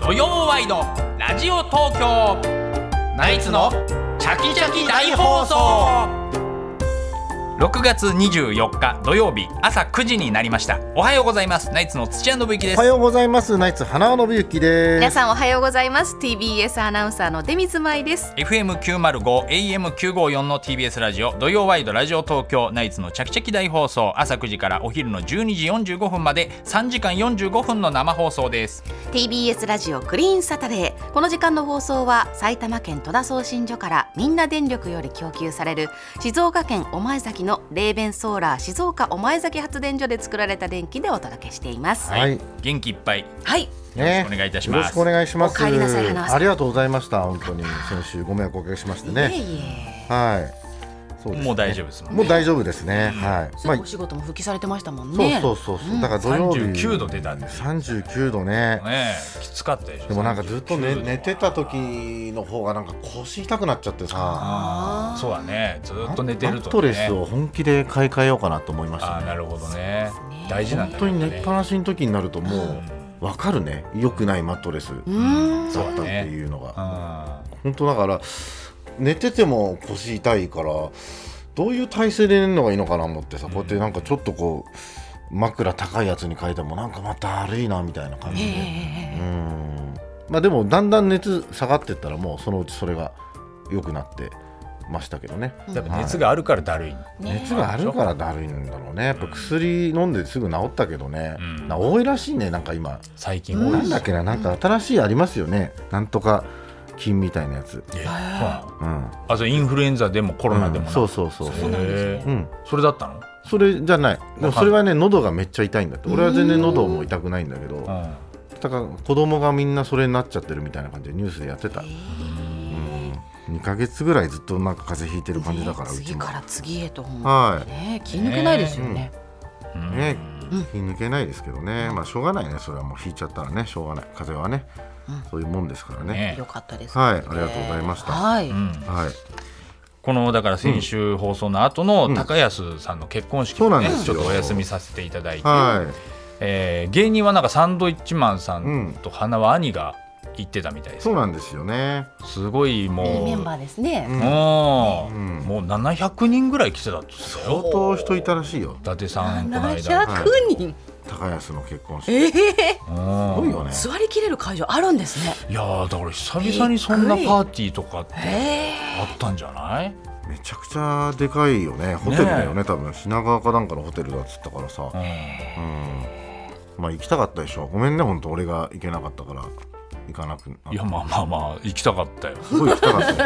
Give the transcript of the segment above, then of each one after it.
土曜ワイドラジオ東京ナイツのチャキチャキ大放送6月24日土曜日朝9時になりましたおはようございますナイツの土屋信之でおすはようございます。ナイツ花輪信之です。皆さんおはようございます TBS アナウンサーの出水舞です FM905 AM954 の TBS ラジオ土曜ワイドラジオ東京ナイツのチャキチャキ大放送朝9時からお昼の12時45分まで3時間45分の生放送です TBS ラジオクリーンサタデーこの時間の放送は埼玉県戸田送信所からみんな電力より供給される静岡県御前崎の冷弁ソーラー静岡御前崎発電所で作られた電気でお届けしていますはい、はい。元気いっぱいねよろしくお願いいたしますよろしくお願いします。お帰りなさい花輪さんありがとうございました。本当に先週ご迷惑をおかけしましていえね。いはい。そうですねもう大丈夫ですもんねもう大丈夫ですね。はえい。すまあぐお仕事も復帰されてましたもんそうねそうそうそう。だから土曜日39度出たんですよ三十九度ね。ねえきつかったでしょでもなんかずっと寝39度寝てた時の方がなんか腰痛くなっちゃってさ。あーそうだねずっと寝てるアとクトレねスを本気で買い替えようかなと思いましあたーね。なるほどねそうですね大事なん本だ当ねに寝っぱなしの時になるともうわかるね。良くないマットレスだうーんったっていうのが。あ本当だから寝てても腰痛いからどういう体勢で寝るのがいいのかなと思ってさ、こうやってなんかちょっとこう枕高いやつに変えてもなんかまた悪いなみたいな感えじえで、えうえんまあでもだんだん熱下がってったらもうそのうちそれが良くなってましたけどね、ーやっぱ熱があるからだるいね熱があるからだるいんだろうねやっぱ薬飲んですぐ治ったけどね、うんな多いらしいねなんか今、最近うん多ないんだっけななんか新しいありますよねなんとか菌みたいなやつ、えそうなのうん、あそれインフルエンザでもコロナでもうなんいそうそうそうへえうん、それだったのそれじゃないでわかもんないそれはね喉がめっちゃ痛いんだって俺は全然喉も痛くないんだけどだから子供がみんなそれになっちゃってるみたいな感じでニュースでやってた、うん、2ヶ月ぐらいずっとなんか風邪ひいてる感じだから、ねうち次もから次へと思う、はねえ気抜けないですよね、うんいねうん気抜けないですけどねまあしょうがないねそれはもうひいちゃったらねしょうがない風邪はね、うんそういうもんですからねねよかったです、はいありがとうございました、はい、うんはいこのだから先週放送の後のうん高安さんの結婚式そうもなんねですちょよっとお休みさせていただいてはいえー芸人はなんかサンドイッチマンさうんんと花は兄が行ってたみたいですそうなんですよねすごいもういいメンバーですね、うんもうんもう700人ぐらい来てたって言ってた相よ当人いたらしいよ伊達さんこの間700人、高安の結婚式えすえごいうんよね座りきれる会場あるんですね。いやーだから久々にそんなパーティーとかってえあったんじゃないめちゃくちゃでかいよねホテルだよねね多分品川かなんかのホテルだっつったからさ、うんうん、まあ行きたかったでしょごめんね本当俺が行けなかったから行かなくいやまあまあまあ行きたかったよすごい行きたかっ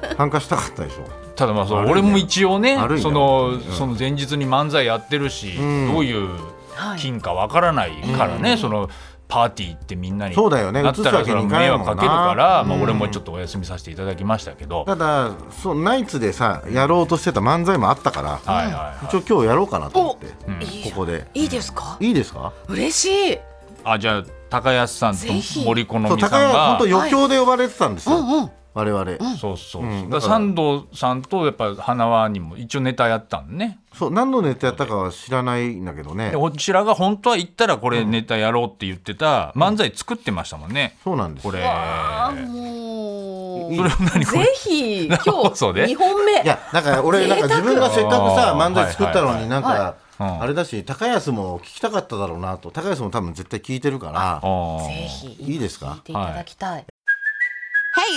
たよ参加したかったでしょただまあそ悪いのね俺も一応ね悪いねそのうんその前日に漫才やってるしうんどういうはい金かわからないからねそのパーティーってみんなにそうだよねなった移すらわけそにのいかな迷いもん惑なかけるからまあうん俺もちょっとお休みさせていただきましたけどはただそうナイツでさやろうとしてた漫才もあったから、いはいはい一応今日やろうかなと思って、うえんいいじゃんここでいいですか？いいですか嬉しい。あじゃあ高安さんとぜひ森好そう美さ高ん谷本が当余興で呼ばれてたんですうよ、んうん。我々、そうそうそう、うんだだかかサららンドさんとやっぱ花輪にも一応ネタやったんねそう何のネタやったかは知らないんだけどねでこちらが本当は行ったらこれネタやろうって言ってた漫才作ってましたもんね、そうなんですこれあーもうそれは何これぜ ひ今生放送で日二本目。いやだから俺なんか自分がせっかくあさー漫才作ったはいのはいになんかはいうんあれだし高安も聞きたかっただろうなと高安も多分絶対聞いてるからあぜーひいいですか聞いていただきたい。 Hey,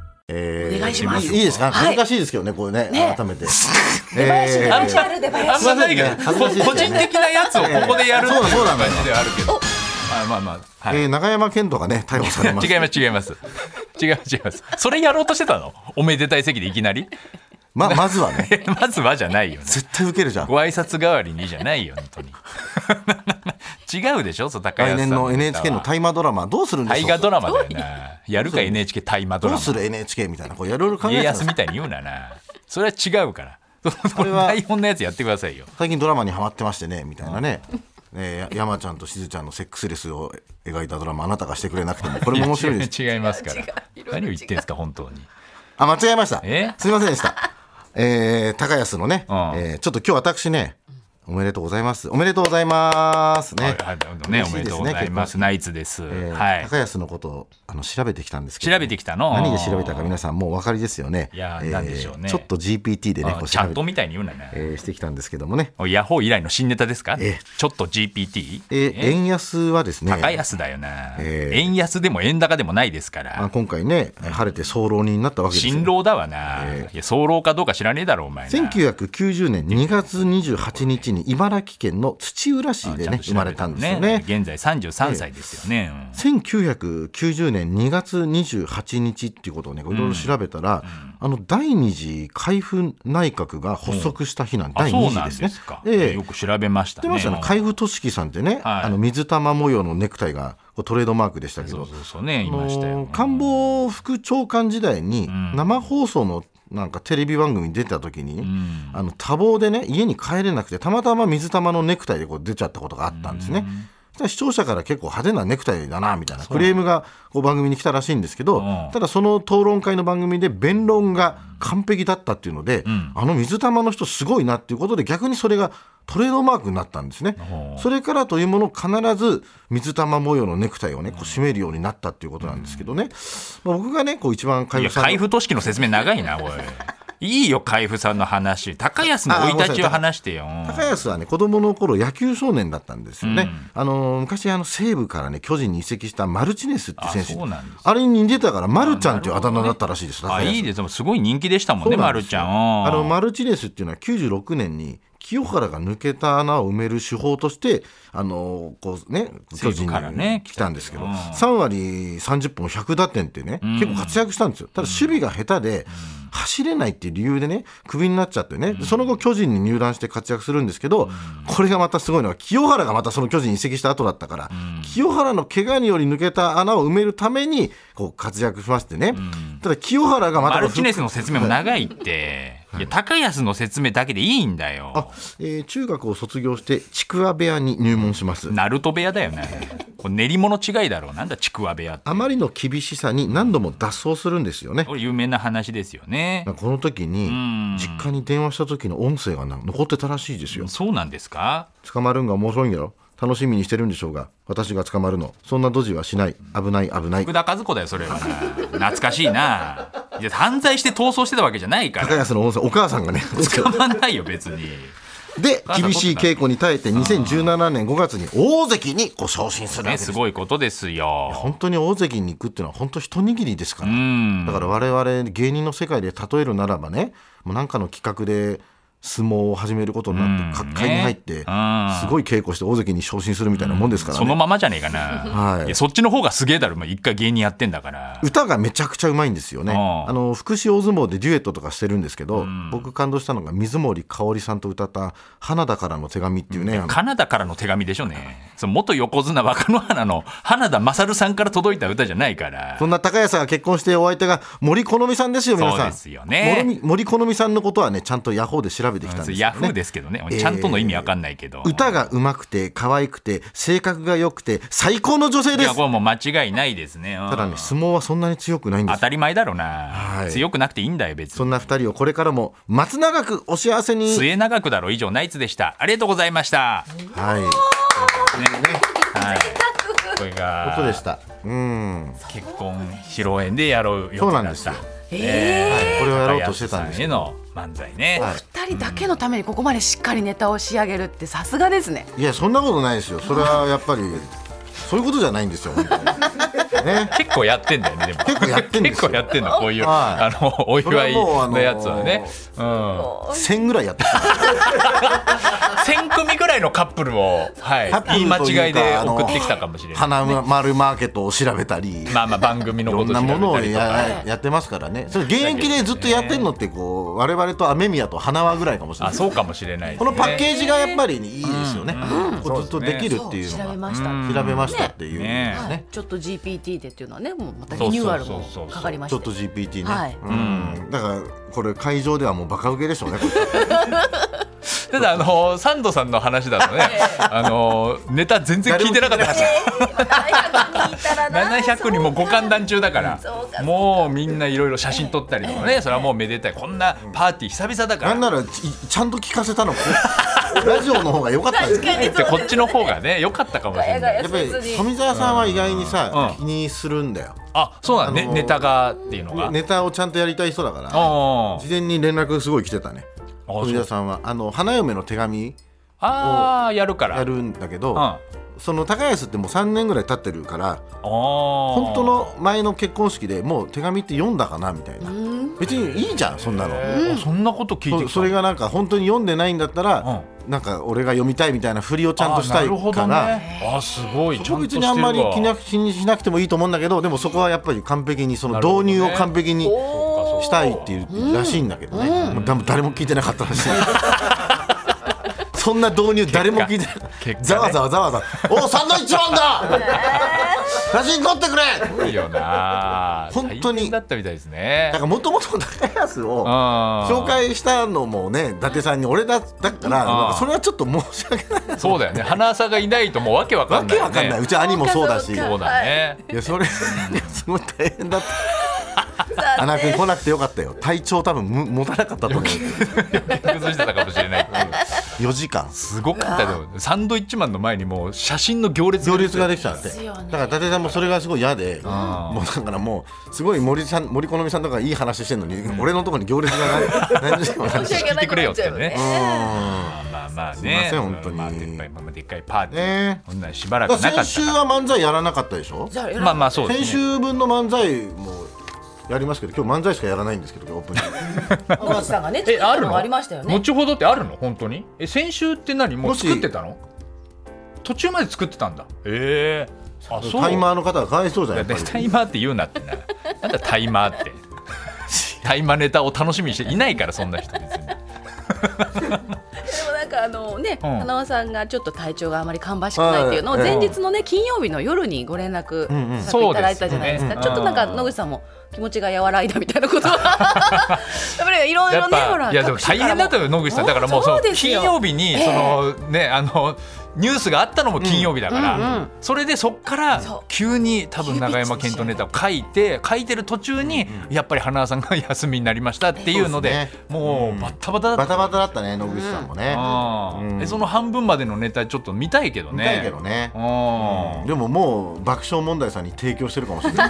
えーお願いしますいいですかはい恥ずかしいですけどねこれねね改めて出囃子えーがある出囃あん子。まないけど恥ずこかしいですね個人的なやつをここでやるっていそうだそううだ感じではあるけどあまあまあ、はいえー長山健斗がね逮捕されまし違いたます違います違います違いますそれやろうとしてたのおめでたい席でいきなり ままずはね まずはじゃないよね絶対受けるじゃんご挨拶代わりにじゃないよ本当に違うでしょ、そう高安来さん年の NHK の大大河ドラマどうするんでしょう河ドララマだよな。やるか NHK 大河ドどラうすマ。る NHK みたいなこういろいろ考え家てたん康ですみたいに言うなな。それは違うから。それのは台本のやつやってくださいよ。最近ドラマにハマってましてねみたいなね、えー山ちゃんとしずちゃんのセックスレスを描いたドラマあなたがしてくれなくてもこれも面白いですいや違いますから。何を言ってんすか、本当に。あ、間違えましたえ。すみませんでした。えー、高安のね、うんえーちょっと今日私ね、おめでとうございます。おめでとうございますね。はいはいね、お嬉しめいですとねうございます。。ナイツです。結婚えーはい。高安のことをあの調べてきたんですけど、調べてきたの何で調べたか皆さんもうお分かりですよね。いやーえーなんでしょうねちょっと GPT でね、こあうチ調ャッべトて、みたいに言うなね。えーしてきたんですけどもね。ヤホー以来の新ネタですか、ええちょっと GPT、えー円安はですね、高安だよな、ええ円安でも円高でもないですかまあ、ら、今回ね、晴れて総浪人になったわけですよ新郎だわな、いや早漏かどうか知らねえだろ、お前な。 1990年2月28日に茨城県の土浦市でちゃんねと調べたの生まれたんですよね。現在33歳ですよね。うん1990年2月28日っていうことをねいろいろ調べたら、あの第二次海部内閣が発足した日なん、あ第そ二う次なんでですね。すか、ええよく調べまし知ったてね。ましたね海部俊樹さんってね、はいあの水玉模様のネクタイがこうトレードマークでしたけそどうそうそうね、いあのましたよ。官房副長官時代に生放送のなんかテレビ番組に出た時に、あの多忙でね家に帰れなくてたまたま水玉のネクタイでこう出ちゃったことがあったんですね。そしたら視聴者から結構派手なネクタイだなみたいなクレームがこう番組に来たらしいんですけど、うんただその討論会の番組で弁論が完璧だったっていうので、あの水玉の人すごいなっていうことで逆にそれがトレードマークになったんですね。それからというもの必ず水玉模様のネクタイをねこう締めるようになったっていうことなんですけどね、まあ、僕がねこう一番い海や、部さんの海部都市の説明長いな、おい。いいよ、海部さんの話。高安の生い立ちを話してよ。高安はね子供の頃野球少年だったんですよね、あのー昔あの西武からね巨人に移籍したマルチネスっていう選手あそうなんですあれに似てたからマルちゃんっていうあだ名だったらしいです、高あ、安いいです。でもすごい人気でしたもんね、そうなまんでるすちよゃん。うんあのマルチネスっていうのは96年に清原が抜けた穴を埋める手法として、あのこうね、巨西人武からねに来たんですけど、来たけどうん3割30本100打点ってね、結構活躍したんですよ。ただ守備が下手で、走れないっていう理由でね、クビになっちゃってね、その後巨人に入団して活躍するんですけど、これがまたすごいのは、清原がまたその巨人に移籍した後だったから、清原の怪我により抜けた穴を埋めるために、こう活躍しましてね、ただ清原がまたマこうルチネスの説明も長いって。いや、高安の説明だけでいいんだあよ。、えー中学を卒業してちくわ部屋に入門します。ナルト部屋だよね。これ練り物違いだろう。なんだ、ちくわ部屋って。あまりの厳しさに何度も脱走するんですよね。これ有名な話ですよね。この時に実家に電話した時の音声がな残ってたらしいですよ。そうなんですか捕まるんが面白いんやろ。楽しみにしてるんでしょうが、私が捕まるの。そんなドジはしない。危ない危ない福。田和子だよ、それはな。懐かしいな。いや、犯罪して逃走してたわけじゃないか高ら。安の音声、お母さんがね。捕まんないよ、別に。で、厳しい稽古に耐えて2017年5月に大関にこう昇進するわけね、ですす。ごいことですよ。本当に大関に行くっていうのは本当一握りですから、だから我々芸人の世界で例えるならばねもう何かの企画で相撲を始めることになって角界に入ってすごい稽古して大関に昇進するみたいなもんですからそのね。ままじゃねえかな。はいやそっちの方がすげえだろ。まあ、一回芸人やってんだから。歌がめちゃくちゃうまいんですよね。あああの福祉大相撲でデュエットとかしてるんですけど、僕感動したのが水森かおりさんと歌った「花だからの手紙」っていうね、あのカナダからの手紙でしょうね。その元横綱若野花の花田勝さんから届いた歌じゃないからそ。んな高谷さんが結婚してお相手が森好美さんですよ皆さん。そうですよね森森好美さんのことはねちゃんとヤホーで調べてきたんですよ、ね。ヤフーですけどね、えーちゃんとの意味わかんないけど。歌が上手くて可愛くて性格が良くて最高の女性いでや、すこれもう間違いないですね。うんただね相撲はそんなに強くないんで当すたり前だろうな、い強くなくていいんだよ、別そに。んな二人をこれからも松永くお幸せに末永くだろう以上ナイツでしたありがとうございました、ねはいはい、これがことでしたうん結婚披露宴でやろう予定だったそうなんですよはいこれをやろうとしてたんで高安さんへすけどの漫才ね、はい二人だけのためにここまでしっかりネタを仕上げるってさすがですねいやそんなことないですよそれはやっぱりそういうことじゃないんですよ本当にね 結構やってんだよねでも結構やってんです結よ構やってんのこういう、はいあのお祝いそれはもうあののやつはね、うん、 1000ぐらいやってた1000組ぐらいのカップルを、はいカップ、ル言い間というか違いであの送ってきたかもしれない花丸マーケットを調べたり、まあまあ番組のいろこんと調なべものをたりとかややってますからねそれ現役でずっとやってんのってこう我々と雨宮と花輪ぐらいかもしれなあいそうかもしれないですこねのパッケージがやっぱりいいですよね、こうずっとできるっていう調べのがました、調べましたっていうのがねねはい、ちょっと GPT でっていうのはねもうまたリニューアルもかかりましちょたっと GPT ね、はいうんだからこれ会場ではもうバカ受けでしょうねこ たれだあのサンドさんの話だとねあのネタ全然聞いてなかったです700人もうご歓談中だからもうみんないろいろ写真撮ったりとかねそれはもうめでたいこんなパーティー久々だからなんならちちゃんと聞かせたのこ うラジオの方が良かったんですよってこっちの方がね良かったかもしれないやっぱり富澤さんは意外にさ、気にするんだよあそうなんねあのーネタがっていうのがネタをちゃんとやりたい人だからあ事前に連絡すごい来てたねあ富田さんはあの花嫁の手紙あーやるからやるんだけど、うんあその高安ってもう3年ぐらい経ってるから本本当の前の結婚式でもう手紙って読んだかなみたいな別にいいじゃんそんなの、そんなこと聞いてきたそそれがなんか本当に読んでないんだったら、なんか俺が読みたいみたいなふりをちゃんとしたいあーなるほかどら、ねあすごいちゃんとし別てるにあわんまり気に気にしなくてもいいと思うんだけどでもそこはやっぱり完璧にその導入を完璧にしたいっていうらしいんだけどね、もうだ誰も聞いてなかったらしい。 そんな導入誰も聞いてなか結果ねったざわざわざわざわおうサンドイッチマンだ写真撮ってくれいいよな 本当に大変だったみたいですねなんかもともと高安を紹紹介したのもね伊達さんに俺だだからなんかそれはちょっと申し訳ないそうだよね花朝がいないともうわけわかわんないけよわね、かんない、うち兄もそうだしそうだね、いやそれすごい大変だ った。アナ君来なくてよかったよ。体調多分む持たなかったと思う。崩してたかもしれないけど4時間。すごかったでもサンドイッチマンの前にもう写真の行列行列ができたんだって。だから伊達さんもそれがすごい嫌で、もうだからもうすごい森さん森好みさんとかいい話してるのに、俺のところに行列が ない。何時間もない聞いてくれよってねうまあまあねすいません本当にまあ、でっかいまあまあでっかいパーティー、ねこんなんしばらくんなかった先週は漫才やらなかったでしょ。まあまあそうですね先週分の漫才もやりますけど、今日漫才しかやらないんですけど、オープニング。野口さんがね、作っえあたるののがありましたよね。後ほどってあるの本当にえ先週って何もうもし作ってたの途中まで作ってたんだええあそうタイマーの方がかわいそうじゃいなやいでですかタ。イマーって言うなってななんだタイマーってタイマーネタを楽しみにしていないからそんな人別にでもなんかあのね、うん花輪さんがちょっと体調があまり芳しくないっていうのをはい前日のね金曜日の夜にご連絡んうんさせていただいたじゃないですそうですか。ちよねょっとなんかうん野口さんも気持ちが和らいだみたいなことは やっぱりいろいやろっねほらぱいやでも大変だったよ野口さんだからもうそのそうです金よ曜日にそのねあのニュースがあったのも金曜日だからそれでそっからそう急に多分永山健人ネタを書いて書いてる途中にやっぱり花輪さんが休みにななりましたっていうのそうでですねもうバッタバタだバったタバタだったね、野口さんもね。うんえその半分までのネタちょっと見たいけどね見たいけどねううんんでももう爆笑問題さんに提供してるかもしれない。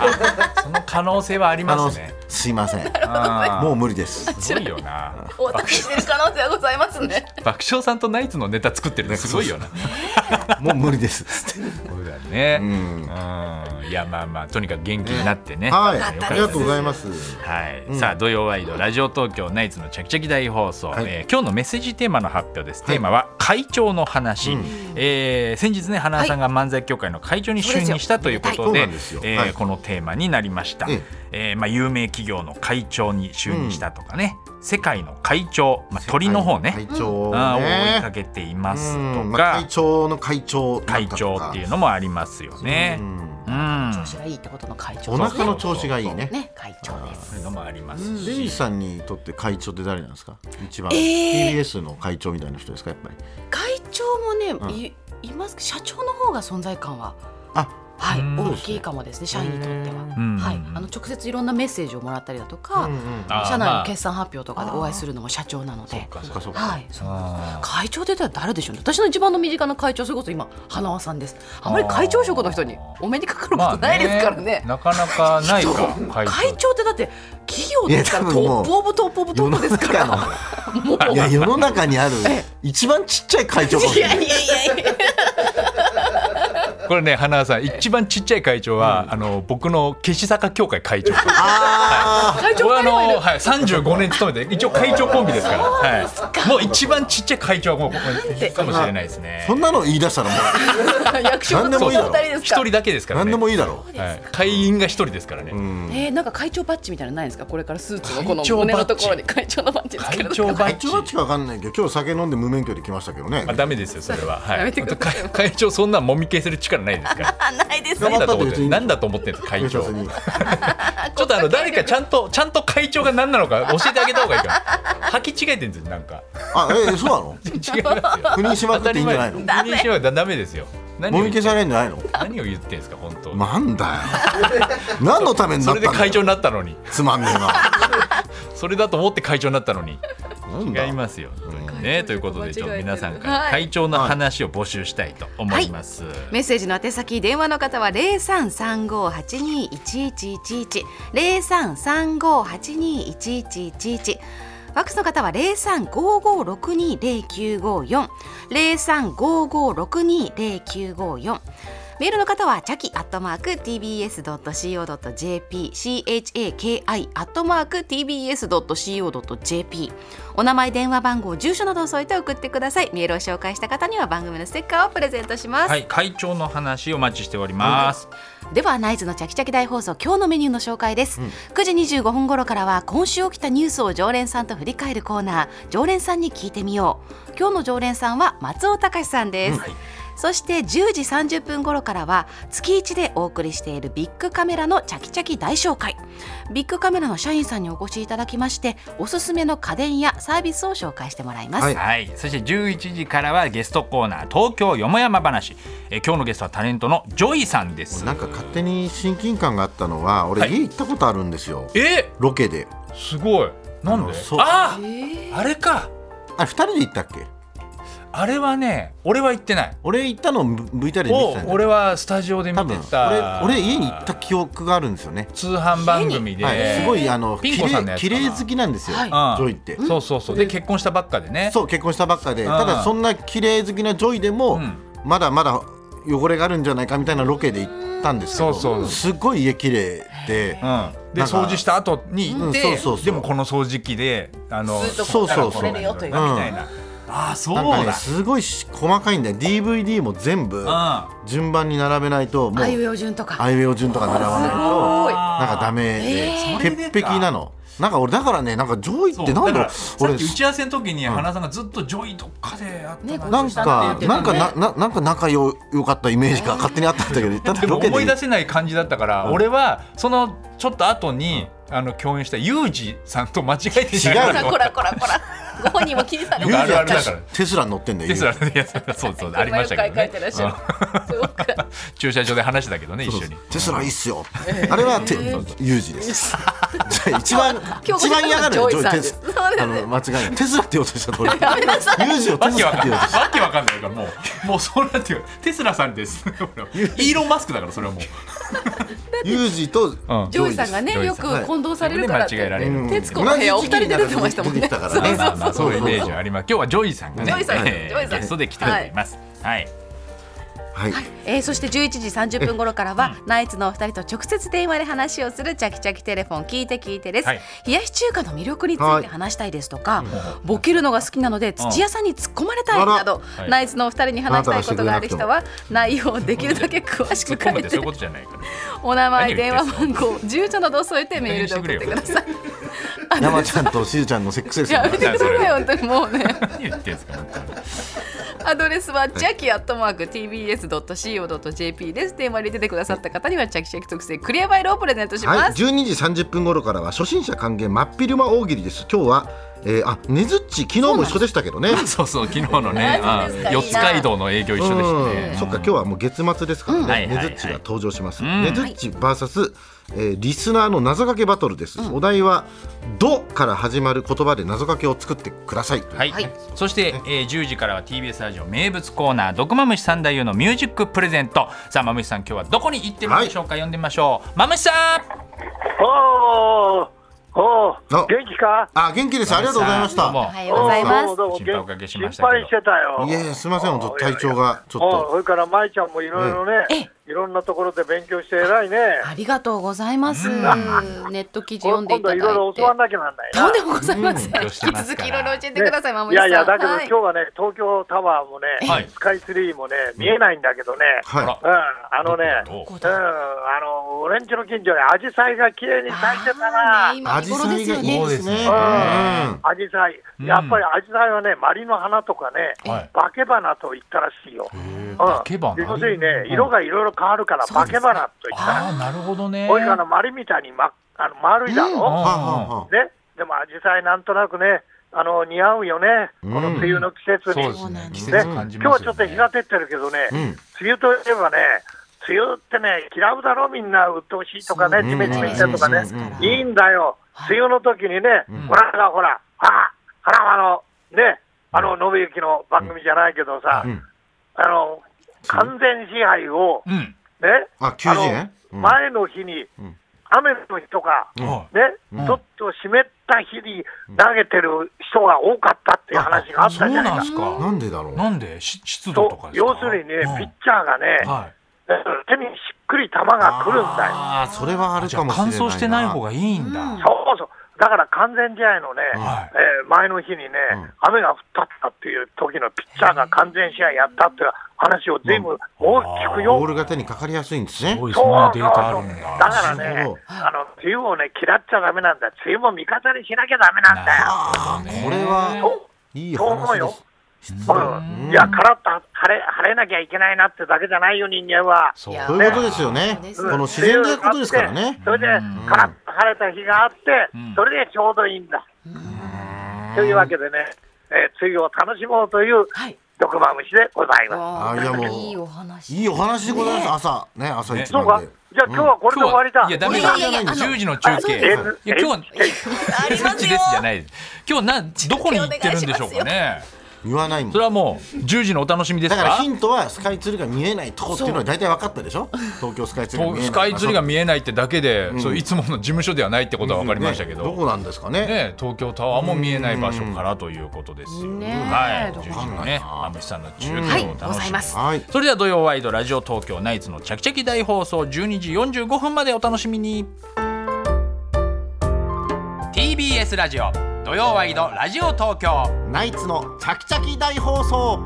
その可能性はありあのますねすいません。うんもう無理です。すごいよなお渡ししてる可能性はございます ね。爆笑さんとナイツのネタ作ってるのすごいよなもう無理です。つってそうだね。う。うんんいやまあまあとにかく元気になってね。はい、よかったあですりがとうございます。はい、さあ土曜ワイドラジオ東京ナイツのチャキチャキ大放送、はいえー今日のメッセージテーマの発表です、テーマは会長の話、えー先日ね花さんが漫才協会の会長に就任したということでそうですよえーはいこのテーマになりました、えええーまあ、有名企業の会長に就任したとかね、世界の会長、まあ、鳥の方ね会長をね。追いかけていますうとんまあか会、長の会長なん会かとか長っていうのもありますよね。うんうん調子がいいってことの会長お腹の調子がいいね。ね会長です。そういうのもありますしレイさんにとって会長って誰なんですか一番、え TBS の会長みたいな人ですかやっぱり会長もねいいます社長の方が存在感はあはい、うん大きいかもですね社員にとっては、うんはい、あの直接いろんなメッセージをもらったりだとか、あー社内まのあ決算発表とかでお会いするのも社長なので、そうかそうか、はいそうなんです会長って言ったら誰でしょうね私の一番の身近な会長それこそ今花輪さんですあまり会長職の人にお目にかかることないですからね,、なかなかないか会長会長ってだって企業ですからいやト多分ッもうプオブトップオブトップですから世のもういや世の中にある一番ちっちゃい会長かもしいれやないいやいやいやこれね花輪さん一番ちっちゃい会長は、あの僕の岸坂協会会長会長二人もいる僕はあの、はい、35年勤めて一応会長コンビですから、はい、もう一番ちっちゃい会長はもうここかもしれないですねそんなの言い出したらも役所の何でもいいおだろ二人です一か人だけですかうら何ねでもいいだろう。はい、会員が一人ですからね、えー、なんか会長バッジみたいなのないんですかこれからスーツのこの会長バッジ胸のところに会長のバッジつけ会る長バッ会ジ長はちかわかんないけど今日酒飲んで無免許で来ましたけどねあ。ダメですよそれ は、はい、やめてください会会長そんなんもみ消せる力ないです からあないです何だと思っ別てに何だと思ってんですか 会警長察にちょっとあの誰かちゃんとちゃんと会長が何なのか教えてあげた方がい いから履き違えてるんですよなんかあえそうなの？違いますよ不倫しま当くったてりいいんじ前ゃないの？ダメしようダメですよ何もをみ言消っされんじゃないの？何を言ってんですか本当なんだよ。何のためになそっれでたんだ会長よ。になったのにつまんねえな。それだと思って会長になったのになんだ違いますよ本当にねということでちょっと皆さんかはらい会長の話を募集したいと思います、メッセージの宛先電話の方は0335821111 0335821111ファックスの方は0355620954 0355620954メールの方はチャキアットマーク tbs.co.jp chaki アットマーク tbs.co.jp お名前電話番号住所などを添えて送ってくださいメールを紹介した方には番組のステッカーをプレゼントします、はい会長の話お待ちしております、ではナイツのチャキチャキ大放送今日のメニューの紹介です、9時25分頃からは今週起きたニュースを常連さんと振り返るコーナー常連さんに聞いてみよう今日の常連さんは松尾隆さんです、そして10時30分頃からは月1でお送りしているビッグカメラのチャキチャキ大紹介ビッグカメラの社員さんにお越しいただきましておすすめの家電やサービスを紹介してもらいます、はいはい、そして11時からはゲストコーナー東京よもやま話えー今日のゲストはタレントのジョイさんですなんか勝手に親近感があったのは俺はい家行ったことあるんですよ。えロケで。すごいなんあでのそうあー、あれかあ二人で行ったっけ？あれはね俺は行ってない俺行ったのを VTR で見てをたんだよ俺はスタジオで見多て分た俺俺家に行った記憶があるんですよね。通販番組で、はい、すごいあのピン綺子さんの麗やつ綺かな麗好きなんですよ、はいジョイって。そうそうそうで結婚したばっかでねそう結婚したばっかで、うんただそんな綺麗好きなジョイでも、んまだまだ汚れがあるんじゃないかみたいなロケで行ったんですけど、そうそうすごい家綺麗で、うん、でなんか掃除した後に行って、うんそうそうそうでもこの掃除機であのずっとそうそうこそうれるよといううみんたいな、ああそうなんかねだすごいし細かいんだよ DVD も全部う順番に並べないともうあいうえお順とかあいうえお順とか並ばないといなんかダメで、潔癖なの。なんか俺だからねなんかジョイっそうてなんだだかろらうさっ俺き打ち合わせの時に花さんがずっとジョイどっかでやったねな、なんか、なんかな、な、なんか仲良、良かったイメージが勝手にあったんだけど、だって でもロケで思い出せない感じだったから、俺はそのちょっと後にあの共演したユージさんと間違えてしま違ううのこらこらこ らご本人も気にされよくあるあるだからテスラに乗ってんだよ。テスラのやつがそうそうありましたけど書いねてらっしゃるそうか駐車場で話してたけどね一ユー緒ジにテスラいいっすよ。あれはてユー ジです。一番今日一番嫌がるよジョイさんテですスあの間違いないテスラって言おうとしたと俺。ユージをわテスけラわっかんて言ないおうとした。わけわかんないからもうもうそうなってるテスラさんですイーロン・マスクだからそれはもう、ユージうとんジョイさんがジョねイよさんく混同されるからって間違えられるうん徹子の部屋お二人で出てましたもんね同じ時期に出てきたからねまあまあそういうイメージはあります今日はジョイさんがねジョイさんえージョイさんゲストで来てくれていますはい、はい。えーそして11時30分頃からは、ナイツのお二人と直接電話で話をするチャキチャキテレフォン聞いて聞いてです、はい冷やし中華の魅力について話したいですとか、ボケるのが好きなので土屋さんに突っ込まれたいなど、あらナイツのお二人に話したいことがある人は内容をできるだけ詳し突っく込書むっいてそういうてことじゃない からお名前電話番号住所などを添えてメールで送ってく ださい。山ちゃんとしずちゃんのセックスレスやめてください本当にもうね何言ってんすか本当にアドレスはチャキアットマーク tbs.co.jp です。テーマに出てくださった方にはチャキチャキ特製クリアファイルをプレゼントしはまい、す。 12時30分頃からは初心者歓迎真っ昼間大喜利です。今日は、えー、あ、ねずっち、昨日も一緒でしたけどね。そうそう昨日の ねマジですかうん四つ街道の営業一緒でしたうねんそっか今日はもう月末ですからね、うんねずっちが登場します、はいはいねずっち VS、えーリスナーの謎かけバトルです、お題は「ど」から始まる言葉で謎かけを作ってください、はい、そして、えー、10時からは TBS ラジオ名物コーナー「毒まむし三太夫のミュージックプレゼント」さあまむしさん今日はどこに行ってるんでしょうか、読んでみましょうまむしさんおーおーお元気かあ元気ですありがとうございましたどうもおはようございますどうもどうも心配おかけしました心け配どしてたよいえいえすみません本当体調がちょっおそとれから舞ちゃんもいろいろねいろんなところで勉強して偉いねありがとうございます。ネット記事読んで今いただ度いいて。ろいろ教わんなきゃなんないとなんでもございません。うん引き続きいろいろ教えてください、まもいりさやん。いやだけどはい今日はね東京タワーもはいねスカイツリーもね見えないんだけどねあはらうんあのねどこうんあの俺んちの近所にアジサイが綺麗に咲いてたあーなねい今見頃ですよ紫陽ね花。ですそねうですねうんアジサイうんやっぱりアジサイはねマリの花とかねはい化け花と言ったらしいようん化け花で要するにねうん色がいろいろ変わるから化け花と言ったらああなるほどねこれからマリみたいにまあの丸いだうんろはあはあはあねでもアジサイなんとなくねあの似合うよねこの梅雨の季節にそうですね季ね節感じ今日まはすちょよっとね日が照ってるけどね、ん梅雨といえばね、梅雨ってね、嫌うだろ、みんな、鬱陶しいとかね、そうじめじめしてとかねうんうんうんう、んいいんだよ、梅雨の時にね、ほらがほら、あ花輪の、ね、あの、信行の番組じゃないけどさ、んあの、完全支配を、ね、うんあ90円あの前の日に、雨の日とか、はね、んちょっと湿った日に投げてる人が多かったっていう話があいったじそうゃないなかんですなかんでだろうなんでし湿度ととかですか要するにね、うんピッチャーがね、はい手にしっくり球が来るんだよ。あそれはあるじゃあかもし乾れないな燥してない方がいいんだそうそう。だから完全試合のね、はいえー前の日にね、雨が降ったったっていう時のピッチャーが完全試合やったっていう話を全部大きくよ。ボールが手にかかりやすいんですすねごいそうそんそうなそデうータあるんだだからなるねほど、あの梅雨をね嫌っちゃダメなんだ。梅雨も味方にしなきゃダメなんだよ。あーこれはいい話ですうんいや、からっと晴れ晴れなきゃいけないなってだけじゃないよ人間は。そうそういうことですよねそうですこよのね自然ということですからねそれで、からっと晴れた日があって、それでちょうどいいんだ。というわけでね、えー、梅雨を楽しもうというはい。毒ま虫でございます。あわーいやもうーいいお話。いいお話でございます朝ね朝一そうか、番じでゃあ今日はこれで終わり今日だ。はいやダメいやいやいやだ十時の中継いやあそう今日はあり10ま時すでよす。じゃないです今日なんどこに行ってるんでしょうかね言わないもんそれはもう10時のお楽しみですだかからヒントはスカイツリーが見えないとこっていうのは大体分かったで しょ東京スカイツリーが見えないスカイツリーが見えないってだけで、そういつもの事務所ではないってことは分かりましたけど、ねどこなんですかねね、東京タワーも見えない場所からということですよ。ねはい、ど十こ時かのね、アムシさんの中継をはい、おご楽ざしいみまに。す。はいそれでは土曜ワイドラジオ東京ナイツのチャキチャキ大放送12時45分までお楽しみに TBS ラジオ土曜ワイドラジオ東京ナイツのチャキチャキ大放送